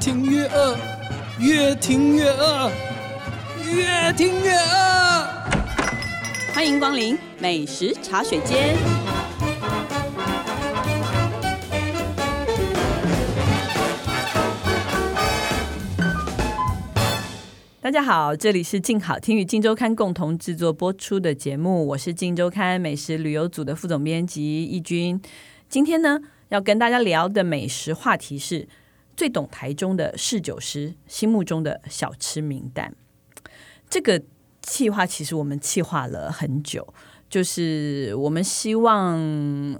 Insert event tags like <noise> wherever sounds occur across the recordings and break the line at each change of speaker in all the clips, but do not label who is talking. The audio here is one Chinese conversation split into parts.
听越饿，越听越饿，越听越饿。
欢迎光临美食茶水间。大家好，这里是静好听与静周刊共同制作播出的节目，我是静周刊美食旅游组的副总编辑易君。今天呢，要跟大家聊的美食话题是最懂台中的侍酒师心目中的小吃名单。这个计划其实我们计划了很久，就是我们希望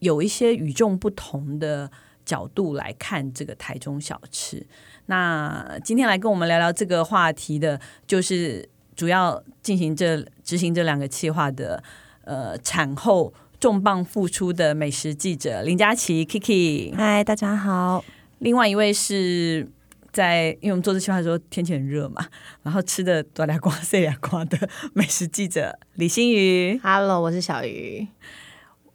有一些与众不同的角度来看这个台中小吃。那今天来跟我们聊聊这个话题的，就是主要进行这执行这两个计划的呃产后重磅复出的美食记者林佳琪 Kiki，
嗨，大家好。
另外一位是在因为我们做这计划的时候天气很热嘛，然后吃的多俩瓜塞俩瓜的美食记者李新宇。
Hello，我是小鱼。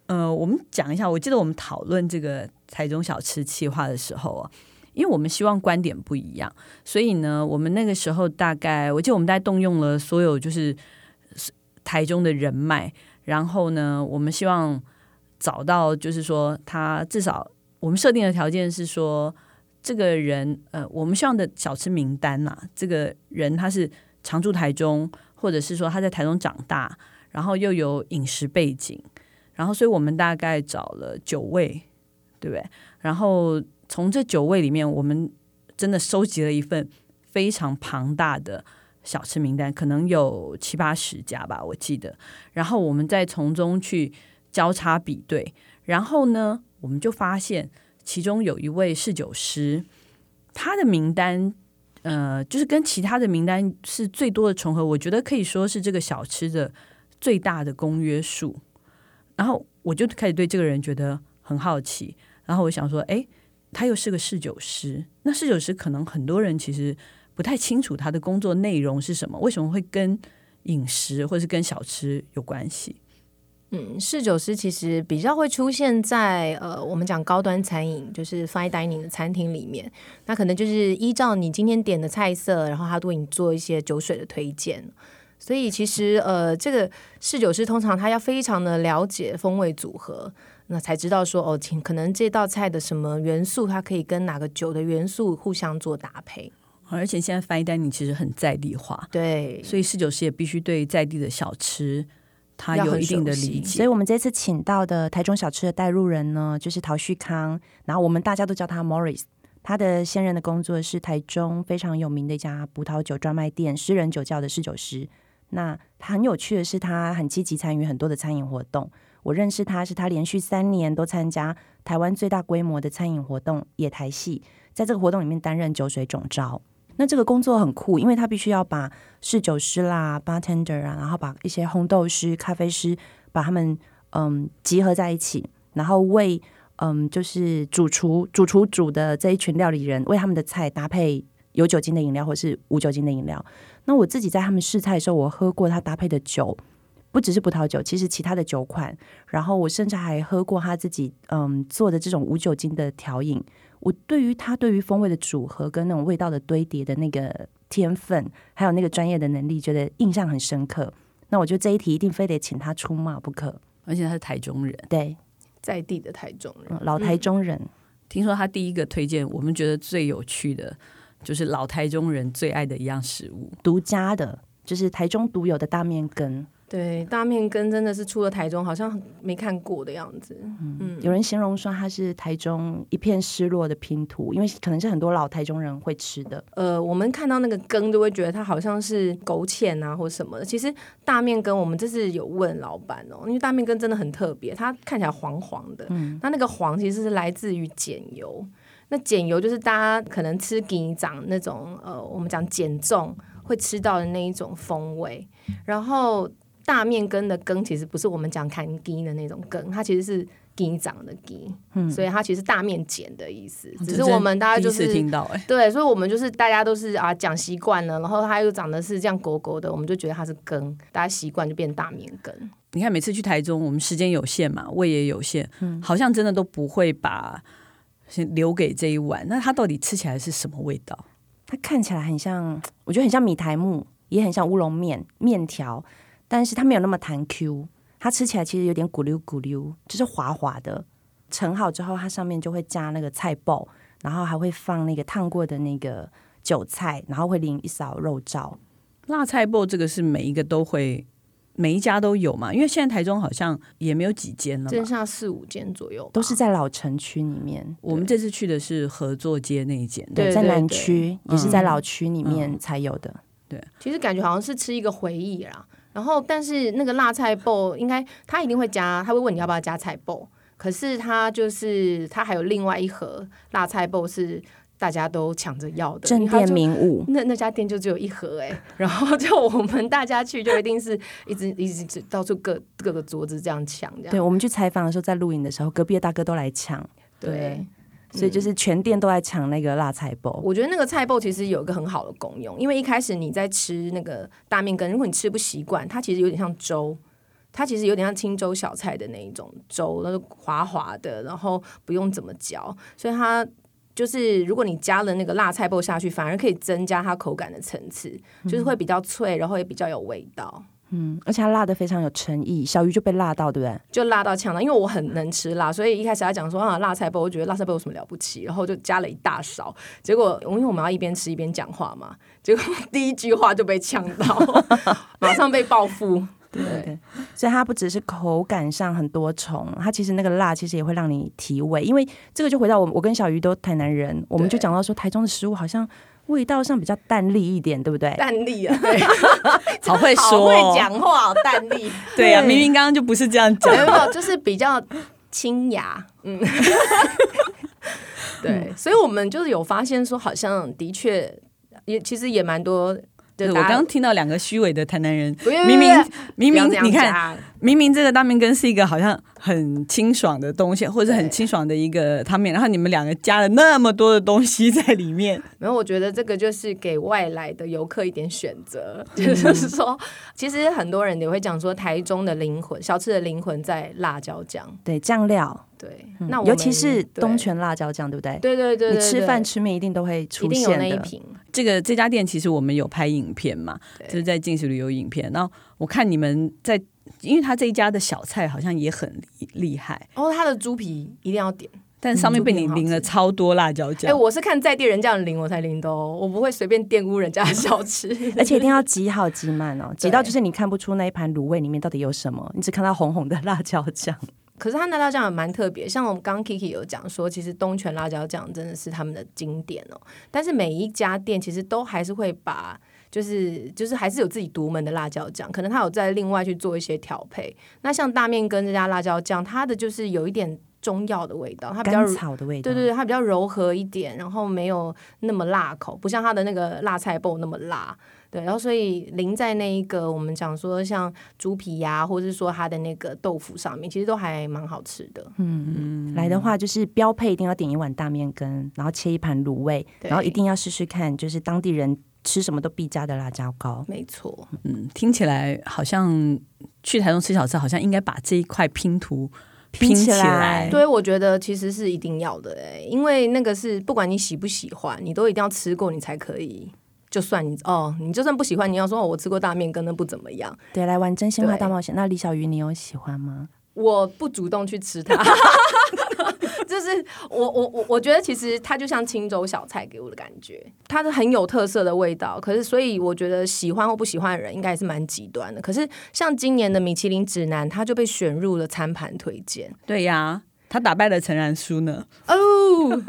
呃，我们讲一下，我记得我们讨论这个台中小吃企划的时候啊，因为我们希望观点不一样，所以呢，我们那个时候大概，我记得我们大概动用了所有就是台中的人脉，然后呢，我们希望找到就是说他至少我们设定的条件是说，这个人呃，我们希望的小吃名单呐、这个人他是常住台中，或者是说他在台中长大，然后又有饮食背景，然后所以我们大概找了九位，对不对？然后从这九位里面，我们真的收集了一份非常庞大的小吃名单，可能有七八十家吧，我记得。然后我们再从中去交叉比对，然后呢，我们就发现其中有一位侍酒师，他的名单。呃，就是跟其他的名单是最多的重合，我觉得可以说是这个小吃的最大的公约数。然后我就开始对这个人觉得很好奇，然后我想说，诶，他又是个侍酒师，那侍酒师可能很多人其实不太清楚他的工作内容是什么，为什么会跟饮食或是跟小吃有关系？
嗯，侍酒师其实比较会出现在呃，我们讲高端餐饮，就是 fine dining 的餐厅里面。那可能就是依照你今天点的菜色，然后他为你做一些酒水的推荐。所以其实呃，这个侍酒师通常他要非常的了解风味组合，那才知道说哦，请可能这道菜的什么元素，它可以跟哪个酒的元素互相做搭配。
而且现在翻译单你其实很在地化，
对，
所以侍酒师也必须对在地的小吃他
要
有
很
一定的
熟悉
理
所
解
以，。我们这次请到的台中小吃的代入人呢，就是陶旭康，然后我们大家都叫他 Morris。他的现任的工作是台中非常有名的一家葡萄酒专卖店“诗人酒窖”的侍酒师。那他很有趣的是，他很积极参与很多的餐饮活动。我认识他是他连续三年都参加台湾最大规模的餐饮活动野台戏，在这个活动里面担任酒水总招。那这个工作很酷，因为他必须要把侍酒师啦、bartender 啊，然后把一些烘豆师、咖啡师把他们嗯集合在一起，然后为嗯就是主厨主厨煮的这一群料理人为他们的菜搭配有酒精的饮料或是无酒精的饮料。那我自己在他们试菜的时候，我喝过他搭配的酒，不只是葡萄酒，其实其他的酒款。然后我甚至还喝过他自己嗯做的这种无酒精的调饮。我对于他对于风味的组合跟那种味道的堆叠的那个天分，还有那个专业的能力，觉得印象很深刻。那我觉得这一题一定非得请他出马不可。
而且他是台中人，
对，
在地的台中人
嗯。老台中人，
听说他第一个推荐我们觉得最有趣的就是老台中人最爱的一样食物。
独家的，就是台中独有的大面羹。
对，大面羹真的是出了台中，好像没看过的样子。嗯，
有人形容说它是台中一片失落的拼图，因为可能是很多老台中人会吃的。
呃，我们看到那个羹就会觉得它好像是勾芡啊或什么的。其实大面羹我们这次有问老板哦，因为大面羹真的很特别，它看起来黄黄的，
嗯
那那个黄其实是来自于碱油。那碱油就是大家可能吃给长那种呃，我们讲减重会吃到的那一种风味。然后大面羹的羹其实不是我们讲砍鸡的那种羹，它其实是给长的鸡，
嗯
所以它其实大面碱的意思。只是我们大家就
哦第一次
是
听到哎、
对，所以我们就是大家都是啊讲习惯了，然后它又长得是这样狗狗的，我们就觉得它是羹，大家习惯就变大面羹。
你
嗯
看每次去台中，我们时间有限嘛，胃也有限，好像真的都不会把先留给这一碗。那它到底吃起来是什么味道？
它看起来很像，我觉得很像米苔木，也很像乌龙面面条，但是它没有那么弹 Q，它吃起来其实有点咕溜咕溜，就是滑滑的。盛好之后，它上面就会加那个菜爆，然后还会放那个烫过的那个韭菜，然后会淋一勺肉燥。
辣菜包这个是每一个都会，每一家都有嘛？因为现在台中好像也没有几间了
剩
嘛。
下四五间左右吧，
都是在老城区里面，
我们这次去的是合作街那一间，
对
在南区也是在
嗯
老区里面才有的。
其实感觉好像是吃一个回忆啦。然后，但是那个辣菜包应该他一定会加，他会问你要不要加菜包。可是他就是他还有另外一盒辣菜包是大家都抢着要的，
正
因为它
店
就嗯
名物，
那那家店就只有一盒哎、然后就我们大家去就一定是一直一直到处各各个桌子这样抢这
对
样，
我们去采访的时候，在录影的时候，隔壁的大哥都来抢，
对。嗯
所以就是全店都在抢那个辣菜包。
我觉得那个菜包其实有一个很好的功用，因为一开始你在吃那个大面羹，如果你吃不习惯，它其实有点像粥，它其实有点像清粥小菜的那一种粥，那个滑滑的，然后不用怎么嚼，所以它就是如果你加了那个辣菜包下去，反而可以增加它口感的层次，就是会比较脆，然后也比较有味道。
嗯，而且它辣的非常有诚意，小鱼就被辣到，对不对？
就辣到呛到，因为我很能吃辣，所以一开始他讲说啊辣菜包，我觉得辣菜包有什么了不起，然后就加了一大勺。结果因为我们要一边吃一边讲话嘛，结果第一句话就被呛到，马上被报复。对
对，所以它不只是口感上很多重，它其实那个辣其实也会让你提味，因为这个就回到我我跟小鱼都台南人，我们就
对
讲到说台中的食物好像味道上比较淡丽一点，对不对？
蛋力啊，对，
好会说、
好
哦，
会讲话哦，蛋力，
对呀、啊
对
明明刚刚就不是这样
没
讲。
有没有，就是比较清雅，嗯。对，所以我们就是有发现说，好像的确也其实也蛮多
对我
的。大家
刚刚听到两个虚伪的台南人，
不要
明明
不要
明
不要这
明
样
你看，
讲
明明这个大面羹是一个好像很清爽的东西，或者很清爽的一个汤面，然后你们两个加了那么多的东西在里面，
然后我觉得这个就是给外来的游客一点选择，
嗯
就是说，其实很多人也会讲说，台中的灵魂，小吃的灵魂在辣椒酱。
对，酱料，
对，
嗯
那我
尤
们
其是
对
东泉辣椒酱，对不对？
对对对对，
你吃饭
对
吃面一定都会出
一定
现
有
的。
那一瓶，
这个这家店其实我们有拍影片嘛，
对
就是在进食旅游影片。然后我看你们在，因为他这一家的小菜好像也很厉厉害，
然后它哦的猪皮一定要点。
但上面被你淋了超多辣椒
哎、
酱。
我是看在地人这样淋我才淋的哦，我不会随便玷污人家的小吃。
而且一定要挤好挤满哦，挤
对
到就是你看不出那一盘卤味里面到底有什么，你只看到红红的辣椒酱。
可是它辣椒酱也蛮特别，像我们刚刚 Kiki 有讲说，其实东泉辣椒酱真的是他们的经典哦。但是每一家店其实都还是会把，就是就是还是有自己独门的辣椒酱，可能他有在另外去做一些调配。那像大面跟这家辣椒酱，它的就是有一点中药的味道，它比较
甘草的味道，
对对对，它比较柔和一点，然后没有那么辣口，不像它的那个辣菜包那么辣。对，然后所以淋在那一个我们讲说像猪皮呀、或者是说它的那个豆腐上面，其实都还蛮好吃的。
嗯来的话就是标配一定要点一碗大面羹，然后切一盘卤味，
对
然后一定要试试看，就是当地人吃什么都必加的辣椒膏。
没错，
嗯，听起来好像去台中吃小吃，好像应该把这一块拼图拼
起
起
来
来。
对，我觉得其实是一定要的哎、因为那个是不管你喜不喜欢，你都一定要吃过，你才可以。就算你哦，你就算不喜欢，你要说、哦、我吃过大面羹，那不怎么样。
对，来玩真心话
对
大冒险。那李小鱼，你有喜欢吗？
我不主动去吃它， <laughs> 就是我我我我觉得其实它就像青州小菜给我的感觉，它是很有特色的味道。可是所以我觉得喜欢或不喜欢的人应该也是蛮极端的。可是像今年的米其林指南，它就被选入了餐盘推荐
对呀，他打败了陈然书呢。
哦。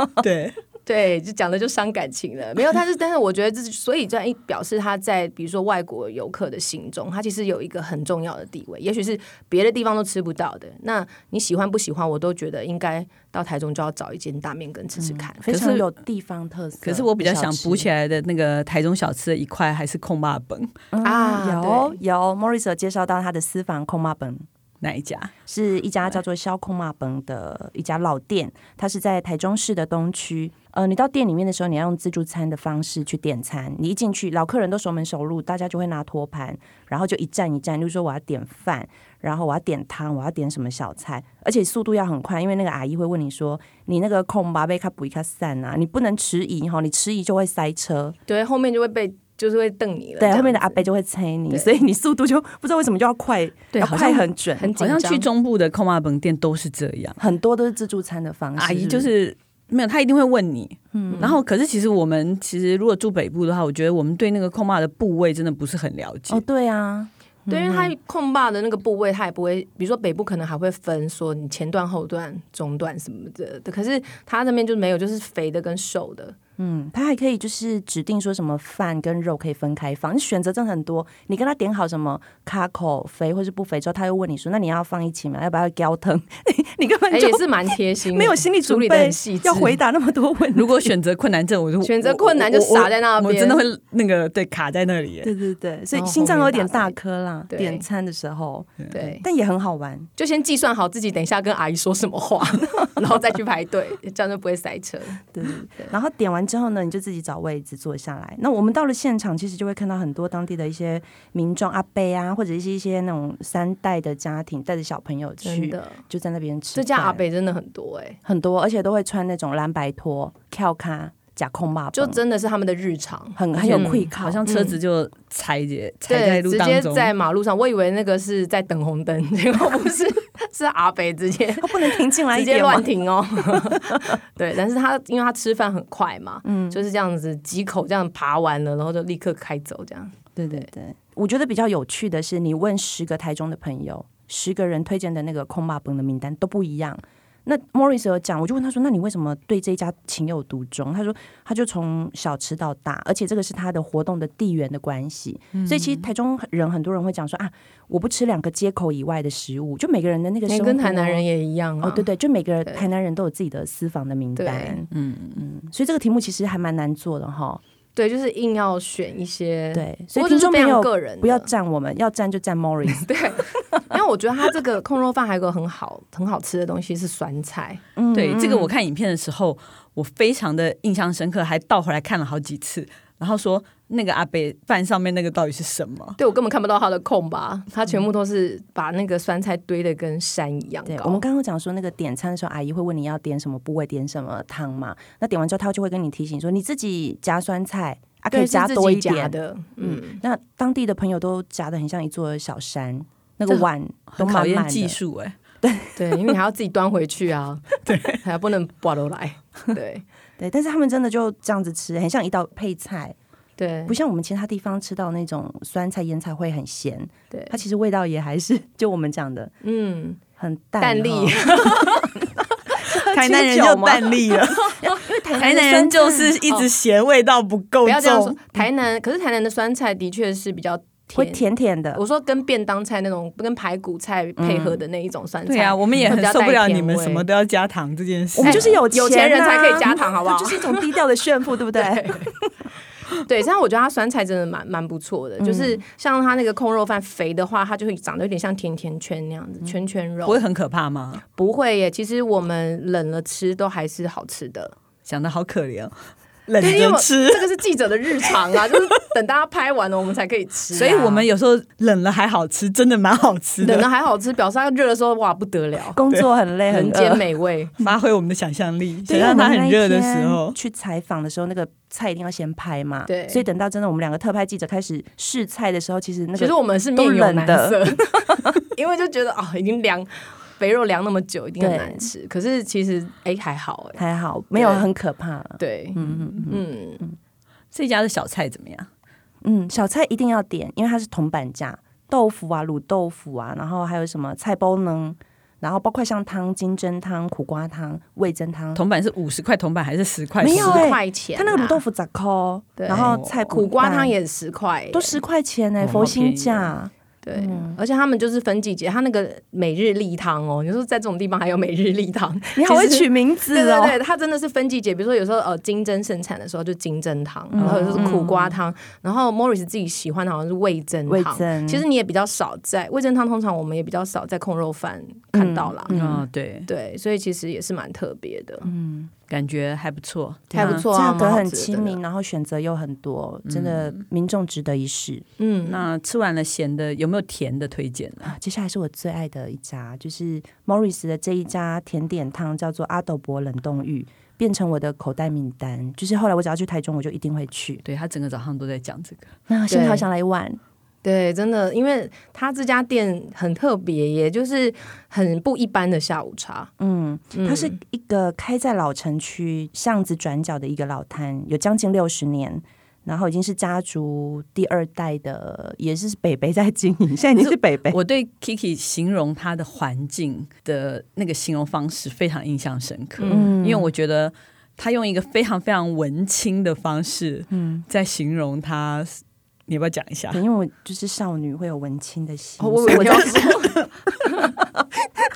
<laughs> 对，
对，就讲的就伤感情了。没有，但是但是我觉得这是所以这一表示他在比如说外国游客的心中，他其实有一个很重要的地位，也许是别的地方都吃不到的。那你喜欢不喜欢，我都觉得应该到台中就要找一间大面羹吃吃看。
嗯非
是
常有地方特色。
可是我比较想补起
来
来的那个台中小吃的一块还是控霸本
啊
嗯有
对
有，Morris 有介绍到他的私房空麻本。
那一家。
是一家叫做萧空马本的一家老店，它是在台中市的东区。呃，你到店里面的时候，你要用自助餐的方式去点餐。你一进去，老客人都熟门熟路，大家就会拿托盘，然后就一站一站，例如说我要点饭，然后我要点汤，我要点什么小菜，而且速度要很快，因为那个阿姨会问你说你那个空吧被卡补一卡散啊，你不能迟疑哈，你迟疑就会塞车，
对，后面就会被就是会瞪你了。这
对，
样
后面的
子
阿伯就会催你，
对
所以你速度就不知道为什么就要快，
对
要
好像
快很准，
很
好
紧
像
张。
去中部的空巴本店都是这样，
很多都是自助餐的方式，
阿姨就
不
是没有，她一定会问你。嗯，然后可是其实我们其实如果住北部的话，我觉得我们对那个空巴的部位真的不是很了解。
哦，对啊，
对，因为它控霸的那个部位，它也不会，比如说北部可能还会分说你前段、后段、中段什么的，对可是它那边就没有，就是肥的跟瘦的。
嗯，他还可以就是指定说什么饭跟肉可以分开放，选择真的很多。你跟他点好什么卡口肥或是不肥之后，他又问你说：“那你要放一起吗？要不要浇疼？” <laughs> 你根本
哎，
就
也是蛮贴心的，
没有心理
处
准
理的
备
很细致，
要回答那么多问题。
如果选择困难症，我就
<laughs> 选择困难就傻在那
我我
边，
真的会那个对卡在那里耶。
<laughs> 对对对，所以
然后
心脏
后面
有点
打
大
碎
颗啦。
对
点餐的时候，
对，
但也很好玩。
就先计算好自己等一下跟阿姨说什么 <laughs> 话，然后再去排队，这样就不会塞车。
对对对。然后点完之后呢，你就自己找位置坐下来。那我们到了现场，其实就会看到很多当地的一些民众阿伯啊，或者是一些那种三代的家庭带着小朋友
真
去，
的，
就在那边吃
这
饭。
家阿北真的很多哎、
很多，而且都会穿那种蓝白拖、跳卡、假空帽，
就真的是他们的日常。
很很有
嗯
愧靠，
好像车子就踩着踩在
对，
路
直
当
接
中，
在马路上，我以为那个是在等红灯， <laughs> 结果不是，是阿北直接
他不能停进来
直
一
接
点吗
乱？停哦。 <laughs> 对，但是他因为他吃饭很快嘛，
嗯
就是这样子几口这样扒完了，然后就立刻开走这样。
对对对，我觉得比较有趣的是，你问十个台中的朋友，十个人推荐的那个空霸本的名单都不一样。那 Morris 有讲，我就问他说：“那你为什么对这一家情有独钟？”他说：“他就从小吃到大，而且这个是他的活动的地缘的关系。
嗯
所以其实台中人很多人会讲说啊，我不吃两个街口以外的食物，就每个人的那个
你
生活
跟台南人也一样啊，
哦，对对，就每个
对
台南人都有自己的私房的名
对
单，
嗯
嗯，所以这个题目其实还蛮难做的哈。
对，就是硬要选一些，
对，
不
所以
过这
听
是
众
非
朋
常
友
个人的，
不要站我们，要站就站 Morris。
<laughs> 对，因为我觉得它这个控肉饭还有个很好很好吃的东西是酸菜，
嗯
对，这个我看影片的时候，我非常的印象深刻，还倒回来看了好几次，然后说那个阿北饭上面那个到底是什么？
对我根本看不到它的空吧，它全部都是把那个酸菜堆的跟山一样
对，
高。
我们刚刚讲说那个点餐的时候，阿姨会问你要点什么部位，点什么汤嘛。那点完之后，她就会跟你提醒说，你自己夹酸菜啊，可
对
以
是
夹
自
多
己
一
夹
点。
的，嗯，
那当地的朋友都夹的很像一座小山，那个
这
碗都
<laughs> 很考
满
验
满
技
的。
术
<laughs>
哎、
对，因为你还要自己端回
<laughs>
去啊，对，还不能挂都来，对
对，但是他们真的就这样子吃，很像一道配菜，
对
不像我们其他地方吃到那种酸菜腌菜会很咸。
对
它，其实味道也还是就我们讲的
嗯，
很淡哦
蛋
哈
力，
台南人就淡力了，
因为
<laughs>
台
台
的
南人
酸菜
就是一直嫌味道不够
不要这样说
重，，
台南可是台南的酸菜的确是比较
会
甜。
甜甜的。
我说跟便当菜那种，跟排骨菜配合的那一种酸菜，
对啊，我们也
会
很
比较
受不
带
了你
甜
们
味
什么都要加糖这件事。
我们就是有
哎有钱人
啊
才可以加糖，好不好？
就是一种低调的炫富，对不对？
对，但我觉得它酸菜真的蛮蛮不错的，就是像它那个控肉饭肥的话，它就会长得有点像甜甜圈那样子，圈圈肉。
不会很可怕吗？
不会耶，其实我们冷了吃都还是好吃的。
想的好可怜哦，冷
对，因为
着
我
吃。
这个是记者的日常啊，就是等大家拍完了我们才可以吃啊、
所以我们有时候冷了还好吃，真的蛮好吃
<laughs> 冷了
的，
还好吃，表示它热的时候哇不得了，
<laughs> 工作很累，很
人间
饿。
美味。
发挥我们的想象力。想
对，
象它啊很热的
因为我们
时
那一
候
天，去采访的时候，那个菜一定要先拍嘛。
对
所以等到真的我们两个特派记者开始试菜的时候，其实那
其实
个
我们是面有难色，因为就觉得啊、已经凉肥肉凉那么久，一定很
对
难吃。可是其实哎、还好哎、
还好，没有很可怕了。
对，嗯嗯嗯，
这家的小菜怎么样？
嗯，小菜一定要点，因为它是铜板价，豆腐啊、卤豆腐啊，然后还有什么菜包呢？然后包括像汤、金针汤、苦瓜汤、味噌汤，
铜板是五十块铜板还是十块？哦
没
十
有欸
块钱、
它那个卤豆腐咋抠？
对
然后菜
苦瓜
蛋
汤也十块耶，
都嗯十块钱呢、欸
哦
佛心
好
价。
对、而且他们就是分季节，他那个每日例汤哦，你说在这种地方还有每日例汤，
你好会
其实
取名字
对
哦！
对对，它真的是分季节，比如说有时候呃金针盛产的时候就金针汤，
嗯
然后有时候是苦瓜汤，然后 Morris 自己喜欢的好像是味增
味
汤。
增
其实你也比较少在味增汤，通常我们也比较少在控肉饭看到啦。
嗯
啊、对，
对，所以其实也是蛮特别的。嗯，
感觉还不错，
还不错
嗯价
啊，
格
蛮好
很
吃的
亲民，。然后选择又很多，真的民众值得一试。
嗯，那
那吃完了咸的，有没有甜的推荐呢？
啊接下来是我最爱的一家，就是 Morris 的这一家甜点汤，叫做阿斗伯冷冻芋，变成我的口袋名单。就是后来我只要去台中，我就一定会去。
对他整个早上都在讲这个，
那现在
对
好想来一碗，
对，真的，因为他这家店很特别耶，就是很不一般的下午茶。
嗯，
嗯
它是一个开在老城区巷子转角的一个老摊，有将近六十年，然后已经是家族第二代的，也是北北在经营，现在已经是北北。
我对 Kiki 形容他的环境的那个形容方式非常印象深刻，
嗯
因为我觉得他用一个非常非常文青的方式，嗯，在形容他，你要不要讲一下？
嗯
因为我就是少女会有文青的心，
哦，我
所以
我要说， <laughs>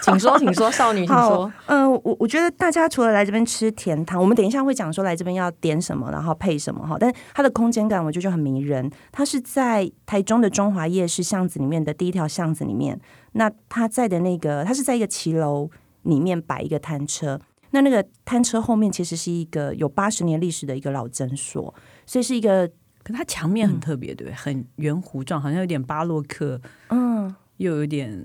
请说，请说，少女，请
好
说。，
嗯、我我觉得大家除了来这边吃甜汤，我们等一下会讲说来这边要点什么，然后配什么哈。但它的空间感我觉得就很迷人。它是在台中的中华夜市巷子里面的第一条巷子里面，那它在的那个，它是在一个骑楼里面摆一个摊车。那那个摊车后面其实是一个有八十年历史的一个老诊所，所以是一个
可它墙面很特别，对不对，很圆弧状，好像有点巴洛克，
嗯
又有点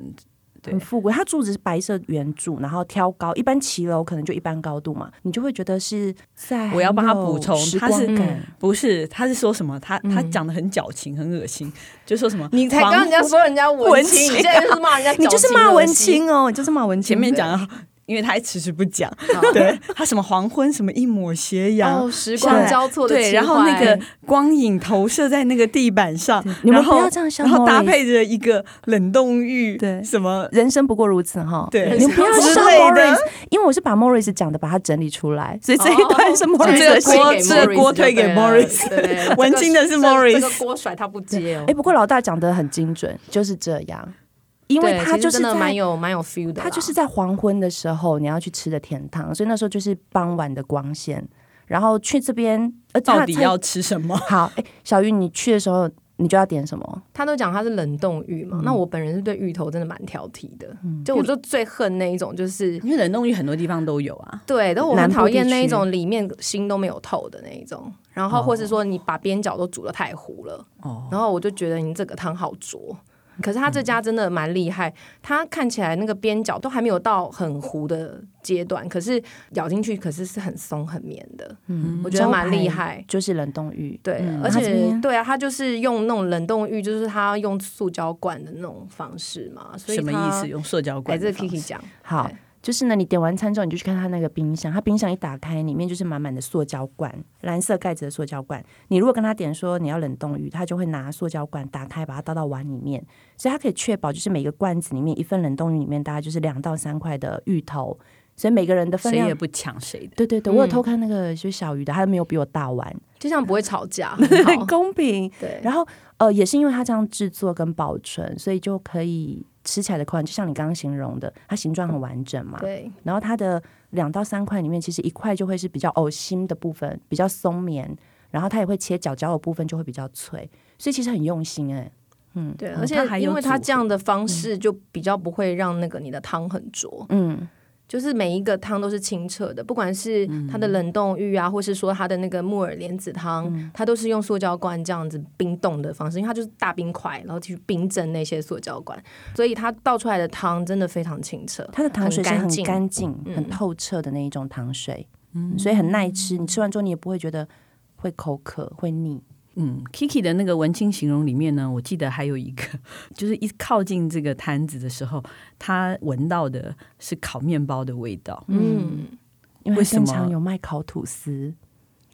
对
很富贵。它柱子是白色圆柱，然后挑高，一般骑楼可能就一般高度嘛，你就会觉得是在
我要帮他
很有
补充
时
它是
光感
嗯
不是，他是说什么？他他
嗯
讲的很矫情，很恶心，就说什么
你才
黄
刚人家说人家文
文
青，
青
<laughs> 你现在就是骂人家，
你就是骂文。青哦，你就是骂文青。
前面讲到，因为他迟迟不讲，
好
对啊他什么黄昏什么一抹斜阳。
<laughs> 哦，时光交错的
对，
情
然后那
怀
个 <laughs> 光影投射在那个地板上，
你们
然后
不要这样笑
然后搭
Morris
配着一个冷冻浴，
对
什么
人生不过如此哈，
对
你不要
之
笑
类的
Morris，因为我是把 Morris 讲的把它整理出来，所以这一
哦
段是
就
Morris
这个
的心
锅
情
这个锅推给 Morris
对对对
文青的是
这个
Morris
这个锅甩他不接哦
哎，。不过老大讲的很精准，就是这样，因为
对
他
其
就
实
是
真的蛮
在。
有蛮有 feel 的啦，
他就是在黄昏的时候你要去吃的甜汤，所以那时候就是傍晚的光线，然后去这边，呃，
到底
它
要吃什么？
好，哎、小玉，你去的时候你就要点什么？
他都讲他是冷冻芋嘛，那我本人是对芋头真的蛮挑剔的，就我就最恨那一种就是。
因为冷冻浴很多地方都有啊，
对，但我
南
很
部
讨厌
地
那一
区
种里面心都没有透的那一种，然后或是说你把边角都煮的太糊了，
哦
然后我就觉得你这个汤好浊。可是他这家真的蛮厉害，它看起来那个边角都还没有到很糊的阶段，可是咬进去可是是很松很绵的，
嗯
我觉得蛮厉害。
就是冷冻芋，
对，
嗯
而
它这
且
边
对啊，他就是用那种冷冻浴，就是他用塑胶罐的那种方式嘛，所以
什么
它
意思？？用塑胶
哎，
管
这
的
个
方式？
Kiki 讲，
好
对，
就是呢，你点完餐之后，你就去看它那个冰箱，它冰箱一打开，里面就是满满的塑胶罐，蓝色盖子的塑胶罐。你如果跟他点说你要冷冻鱼，他就会拿塑胶罐打开，把它倒到碗里面，所以它可以确保就是每个罐子里面一份冷冻鱼里面大概就是两到三块的芋头，所以每个人的分
谁
量
也。不抢谁的。
对对对，我有
嗯
偷看那个就是小鱼的，他没有比我大碗，
就像不会吵架， <laughs> 很好
<laughs> 公平。
对，
然后呃，也是因为它这样制作跟保存，所以就可以吃起来的口感，就像你刚刚形容的，它形状很完整嘛。
对，
然后它的两到三块里面，其实一块就会是比较呕心的部分，比较松绵，然后它也会切角角的部分就会比较脆，所以其实很用心哎、嗯
对，
哦
而且
它还有
因为它
组
这样的方式，就比较不会让那个你的汤很浊，
嗯，
就是每一个汤都是清澈的，不管是它的冷冻浴啊，或是说它的那个木耳莲子汤，它都是用塑胶罐这样子冰冻的方式，因为它就是大冰块，然后去冰镇那些塑胶罐，所以它倒出来的汤真的非常清澈。
它的糖水是很
很干净
干净、
嗯嗯
很透彻的那一种糖水，
嗯
所以很耐吃。你吃完之后，你也不会觉得会口渴、会腻。
嗯，Kiki 的那个文青形容里面呢，我记得还有一个， <laughs> 就是一靠近这个摊子的时候，他闻到的是烤面包的味道。
嗯，
因为
为
它
什
现
么
场有卖烤吐司，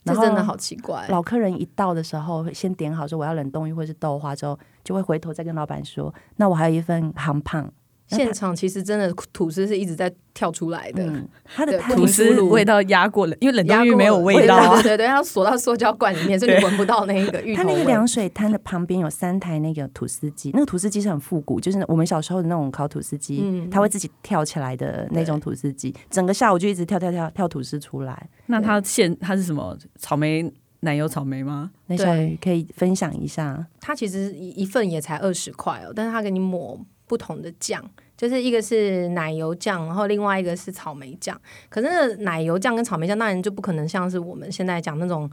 这
然后
真的好奇怪。
老客人一到的时候，会先点好说我要冷冻鱼或是豆花，之后就会回头再跟老板说，那我还有一份杭胖。
现场其实真的吐司是一直在跳出来的，
嗯，它的
对
摊
吐
吐
司
司
味道压过了，因为冷
压
冻
过
浴没有
了
味道啊
对。对对，它锁到塑胶罐里面，所以你闻不到那个芋
它
头
那个
味。
凉水摊的旁边有三台那个吐司机，那个吐司机是很复古，就是我们小时候的那种烤吐司机，
嗯
它会自己跳起来的那种吐司机。整个下午就一直跳跳跳跳吐司出来。
那它现它是什么？草莓奶油草莓吗？
那小鱼可以分享一下，
它其实一一份也才二十块哦，但是它给你抹不同的酱，就是一个是奶油酱，然后另外一个是草莓酱。可是那个奶油酱跟草莓酱当然就不可能像是我们现在讲那种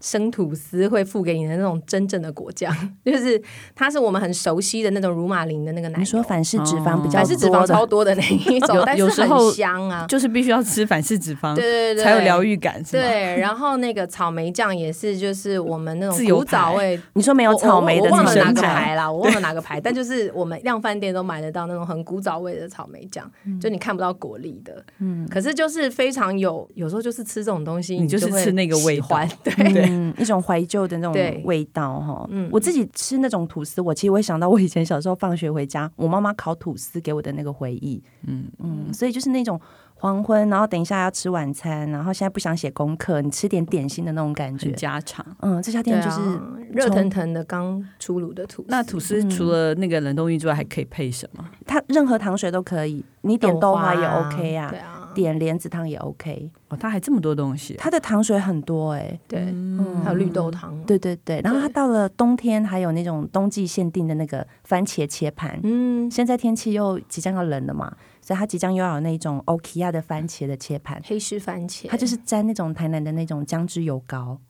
生吐司会付给你的那种真正的果酱， <laughs> 就是它是我们很熟悉的那种乳马林的那个奶油。
你说反式脂肪比较
哦反式脂肪
多的
超多的那一种，但是
有时候
很香啊。
就是必须要吃反式脂肪
对对对，
才有疗愈感，是吗？ <laughs>
对，然后那个草莓酱也是，就是我们那
自
种
由
古早
牌
味
你说没有
我
草莓的
我我忘
那
了
女
哪
生
个
菜
牌啦，我忘了哪
<laughs>
个牌，但就是我们量贩店都买得到那种很古早味的草莓酱，
嗯
就你看不到果粒的，嗯，可是就是非常有，有时候就是吃这种东西，
你就是
会
吃那个味
喜
道 <laughs>
欢，对，啊 <laughs>
嗯，一种怀旧的那
对
种味道哈。
嗯
我自己吃那种吐司，我其实会想到我以前小时候放学回家，我妈妈烤吐司给我的那个回忆。嗯嗯，所以就是那种黄昏，然后等一下要吃晚餐，然后现在不想写功课，你吃点点心的那种感
很
觉。
家常。
嗯，这家
对
店
啊
就是、
热腾腾的刚出炉的吐司，
那吐司除了那个冷冻玉之外，还可以配什么？
它任何糖水都可以，你点豆花也 OK 啊
对，啊，
点莲子汤也 OK。
哦，它还这么多东西。
它的糖水很多哎、
对，
嗯
还有绿豆汤，
对对对，然后它到了冬天还有那种冬季限定的那个番茄切盘，
嗯，
现在天气又即将要冷了嘛，所以它即将又要有那种 Okia 的番茄的切盘，
黑湿番茄，
它就是沾那种台南的那种姜汁油膏。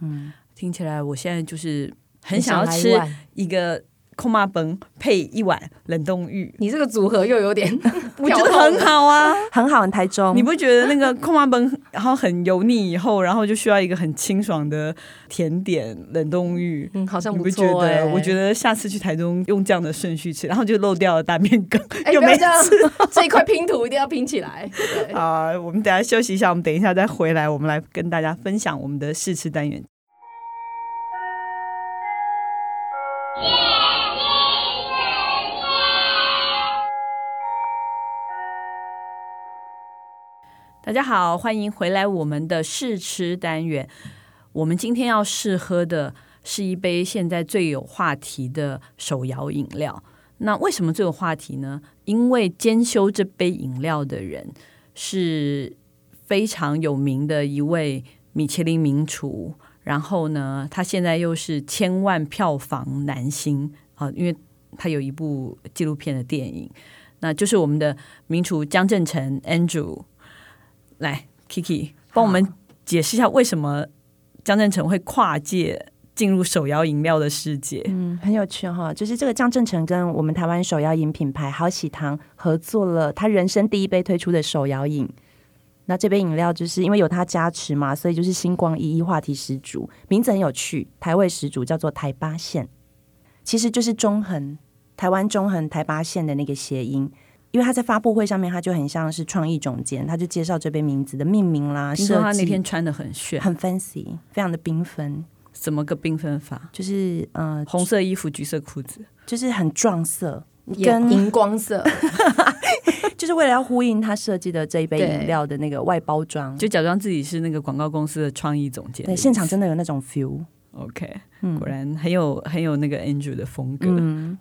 嗯
听起来我现在就是很
你
想要
来一
吃
碗
一个空麻崩配一碗冷冻玉，
你这个组合又有点跳动，
<laughs> 我觉得很好啊。
<laughs>
很好，台中
你不觉得那个空麻崩然后很油腻以后，然后就需要一个很清爽的甜点冷冻玉？
嗯，好像
你
不
不觉
错
得？
欸
我觉得下次去台中用这样的顺序吃，然后就漏掉了大面羹，
哎，
又
不要
没
这样，这一块拼图一定要拼起来。
<laughs>
对
啊、我们等一下休息一下，我们等一下再回来，我们来跟大家分享我们的试吃单元。大家好，欢迎回来我们的试吃单元。我们今天要试喝的是一杯现在最有话题的手摇饮料。那为什么最有话题呢？因为兼修这杯饮料的人是非常有名的一位米其林名厨，然后呢，他现在又是千万票房男星啊、因为他有一部纪录片的电影，那就是我们的名厨江正成 Andrew 来 Kiki 帮我们解释一下为什么江正成会跨界进入手摇饮料的世界。
嗯，很有趣哈、就是这个江正成跟我们台湾手摇饮品牌好喜堂合作了他人生第一杯推出的手摇饮。那这杯饮料就是因为有他加持嘛，所以就是星光熠熠，话题十足，名字很有趣，台味十足，叫做台八线，其实就是中横台湾中横台八线的那个谐音。因为他在发布会上面，他就很像是创意总监，他就介绍这杯名字的命名啦，
听说他
设
那
计
天穿的很炫，
很 fancy，非常的缤纷，
怎么个缤纷法？
就是呃，
红色衣服，橘色裤子，
就是很撞色，
跟
跟
荧光色，
就是为了要呼应他设计的这一杯饮料的那个外包装，
就假装自己是那个广告公司的创意总监。
对，现场真的有那种 feel。
OK，果然很有很有那个 Andrew 的风格。
嗯，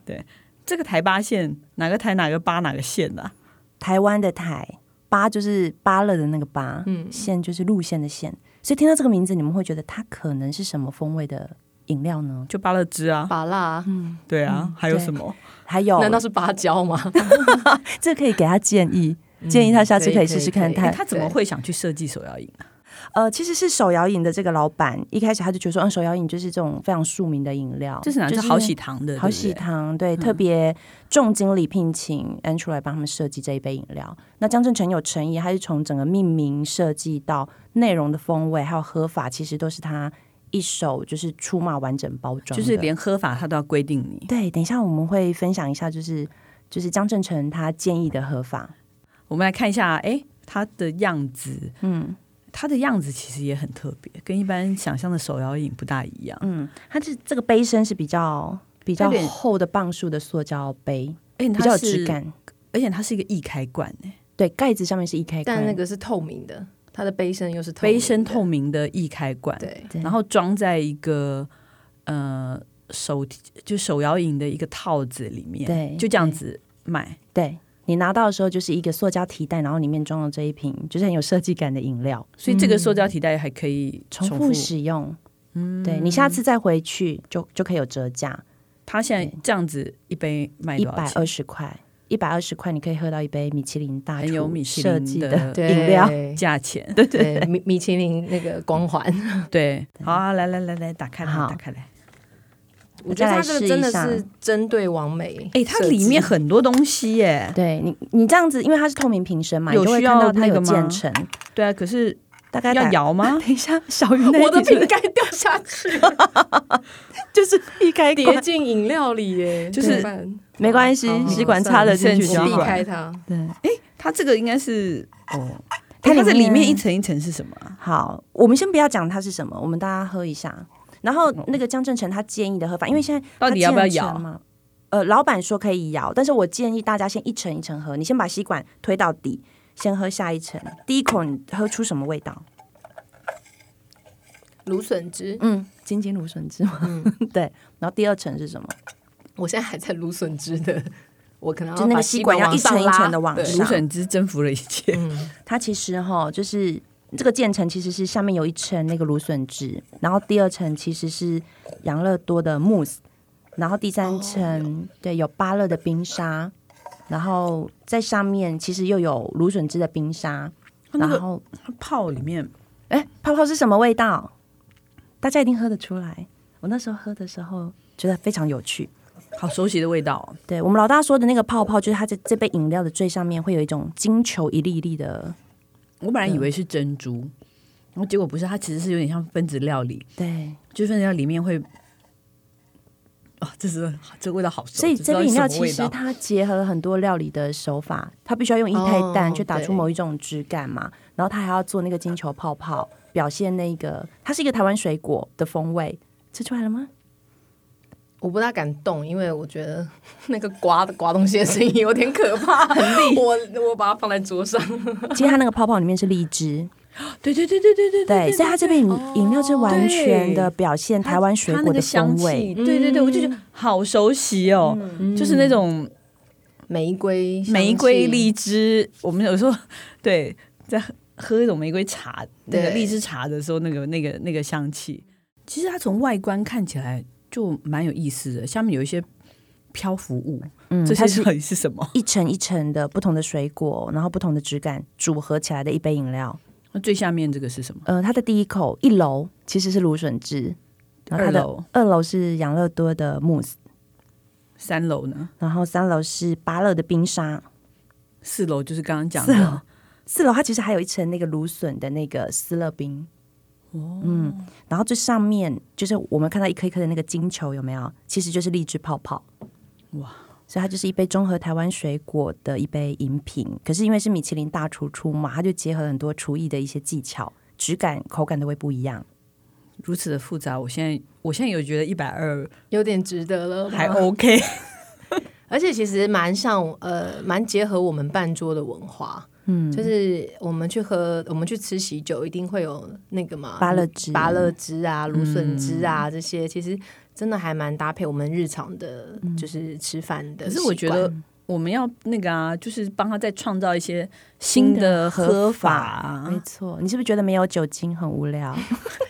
这个台八线哪个台哪个八哪个线啊？
台湾的台八就是芭乐的那个芭，
嗯
线就是路线的线，所以听到这个名字，你们会觉得它可能是什么风味的饮料呢？
就芭乐汁啊，
<laughs> 芭辣，
对啊，还有
嗯对
什么？
还有，
难道是芭蕉吗？
<laughs> 这可以给他建议？建议他下次可以试试看
嗯可以可以
他
哎他怎么会想去设计手摇饮啊？
呃，其实是手摇饮的这个老板一开始他就觉得说，嗯，手摇饮就是这种非常庶民的饮料，
这是哪
就
个？好喜堂的，对不
好
对嗯
喜堂对，特别重金礼聘请 Andrew 来帮他们设计这一杯饮料。那江正成有诚意，他是从整个命名设计到内容的风味，还有喝法，其实都是他一手就是出马完整包装的，
就是连喝法他都要规定你。
对。等一下我们会分享一下，就是就是江正成他建议的喝法，
我们来看一下，哎，它的样子，
嗯
它的样子其实也很特别，跟一般想象的手摇饮不大一样。
嗯，它这这个杯身是比较比较
有点
厚的磅数的塑胶杯，
哎，
比较
它
有
是
质，感。
而且它是一个易开罐，哎，
对，盖子上面是一开关，
但那个是透明的，它的杯身又是透明的
杯身透，明的易开罐，
对，
对
然后装在一个呃手提就手摇饮的一个套子里面，
对
就这样
对
子买。
对你拿到的时候就是一个塑胶提袋，然后里面装了这一瓶，就是很有设计感的饮料，
所以这个塑胶提袋还可以
重
重
复使用。嗯，对你下次再回去就就可以有折价，
它现在这样子一杯卖
一
多少
百
钱？
二十块。一百二十块你可以喝到一杯米其林大
很有
厨
米其
设
林
计
的
的
对
饮料。
价钱。
对对，米米其林那个光环，
对，好啊，来来来来，打开来，
好
打开来。
我觉得它
再来试
这个
一
真的
下
是针对完美。
哎，它里面很多东西耶。
对你，你这样子，因为它是透明瓶身嘛，
有
你就会
需
看
要
到它
那
有
个吗
渐层，
对啊，可是
大概
要
打。
摇吗？
等一下，小鱼那
<laughs>
一
我的
题是
瓶盖掉下去，
就是避开
跌
关，
进饮料里耶，
就是
怎么办
没关系
好，好
吸管
算
插
了
了进去
慎
就
吸
我避
好。
开它。
对，
它这个应该是哦，它
它里
这里面
面
一层一层是什么啊？
好，我们先不要讲它是什么，我们大家喝一下。然后那个江正成他建议的喝法，因为现在
嗯到底要不要摇
它渐层嘛？呃，老板说可以摇，但是我建议大家先一层一层喝，你先把吸管推到底，先喝下一层。第一口你喝出什么味道？
芦笋汁，
嗯，金金芦笋汁吗？
嗯
<laughs> 对。然后第二层是什么？
我现在还在芦笋汁的，我可能
就那个
把
吸
吸
管要
往
一
上
层一
拉
层地往
对
上
芦笋汁征服了一切。
它其实哈，就是这个渐层其实是下面有一层那个芦笋汁，然后第二层其实是养乐多的 mousse，然后第
哦
三层、对有芭乐的冰沙，然后在上面其实又有芦笋汁的冰沙，
它哦那
然
个
后
泡里面
哎泡泡是什么味道？大家一定喝得出来。我那时候喝的时候觉得非常有趣。
好熟悉的味道哦，
对我们老大说的那个泡泡，就是它这这杯饮料的最上面会有一种金球一粒一粒的，
我本来以为是珍珠，然后结果不是，它其实是有点像分子料理，
对，
就是分子料理里面会。哦，这是这个味道好熟，
所以
就知
这
道
杯饮料
是什么
其
味
实
道
它结合了很多料理的手法，它必须要用液态蛋
哦
去打出
对
某一种质感嘛，然后它还要做那个金球泡泡，表现那个它是一个台湾水果的风味，吃出来了吗？
我不大敢动，因为我觉得 <laughs> 那个刮的刮东西的声音有点可怕，很厉。我我把它放在桌上，
其实它那个泡泡里面是荔枝，
对对对对对对
对，所以它这杯饮饮料是完全的表现
它
台湾水
它
果
那
的
个香
风味，嗯
气，对对对，我就觉得好熟悉哦，就是那种
玫瑰香
玫瑰
气
荔枝，我们有时候对在喝喝一种玫瑰茶，那个
对
荔枝茶的时候，那个那个那个香气，其实它从外观看起来就蛮有意思的。下面有一些漂浮物，
嗯，
这
它
些
是
到底是什么？
一层一层的不同的水果，然后不同的质感组合起来的一杯饮料。
那最下面这个是什么？
呃，它的第一口一楼其实是芦笋汁，然后它
二
的
楼
二楼是养乐多的慕斯，
三楼呢？
然后三楼是芭乐的冰沙，
四楼就是刚刚讲
四楼
的，
四楼它其实还有一层那个芦笋的那个丝乐冰。哦，嗯，然后最上面就是我们看到一颗一颗的那个金球，有没有？其实就是荔枝泡泡。
哇！
所以它就是一杯综合台湾水果的一杯饮品。可是因为是米其林大厨出嘛，它就结合很多厨艺的一些技巧，质感、口感都会不一样。
如此的复杂。我现在我现在有觉得一百二
有点值得了吧，
还 OK，
而且其实蛮像呃，蛮结合我们办桌的文化。嗯，就是我们去喝，我们去吃喜酒，一定会有那个嘛，
芭乐汁
芭乐汁啊、芦笋汁啊、这些，其实真的还蛮搭配我们日常的，就是吃饭的
可
习惯。
是我觉得。我们要那个啊，就是帮他再创造一些
新
新
的
的
喝
喝
法
法
没
啊。
错，你是不是觉得没有酒精很无聊？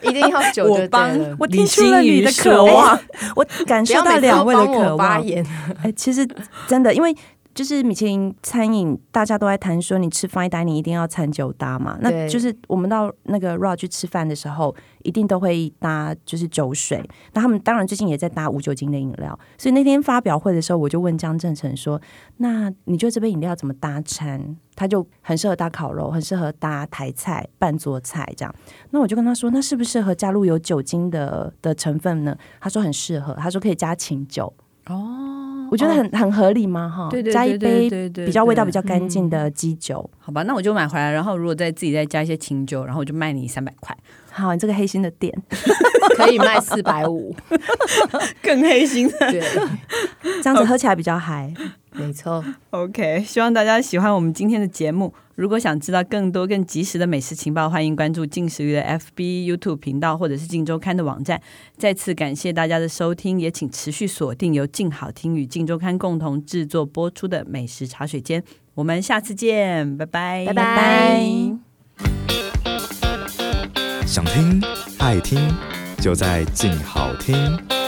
一定要酒
我帮
的，
我
我
听
听
出
出
了
了
你
你
的
的
渴
渴
望哎
望，
我感
不
受
要
到
每次
两
都
位的
帮
渴
我发
望。
言。
哎，其实真的，因为就是米其林餐饮，大家都在谈说你吃 fine dining 一定要餐酒搭嘛。那
对
就是我们到那个 raw 去吃饭的时候，一定都会搭就是酒水。那他们当然最近也在搭无酒精的饮料，所以那天发表会的时候，我就问江正成说：“那你觉得这杯饮料怎么搭餐？”他就很适合搭烤肉，很适合搭台菜、拌桌菜这样。那我就跟他说：“那适不适合加入有酒精的的成分呢？”他说很适合，他说可以加清酒。哦，我觉得很、很合理嘛，哈，
对对
加一
对对
杯
对对，
比较味道比
较
较干净的基酒。
好吧，那我就买回来，然后如果再自己再加一些清酒，然后我就卖你三百块，
好，你这个黑心的店，
可以卖四百五，
<laughs> 更黑心的。
对，
这 <laughs> 样子喝起来比较嗨。
没错。
<laughs> OK，希望大家喜欢我们今天的节目。如果想知道更多更及时的美食情报，欢迎关注进食鱼的 FB、YouTube 频道或者是静周刊的网站。再次感谢大家的收听，也请持续锁定由静好听与静周刊共同制作播出的美食茶水间。我们下次见，拜拜，
拜拜
想听爱听，就在静好听。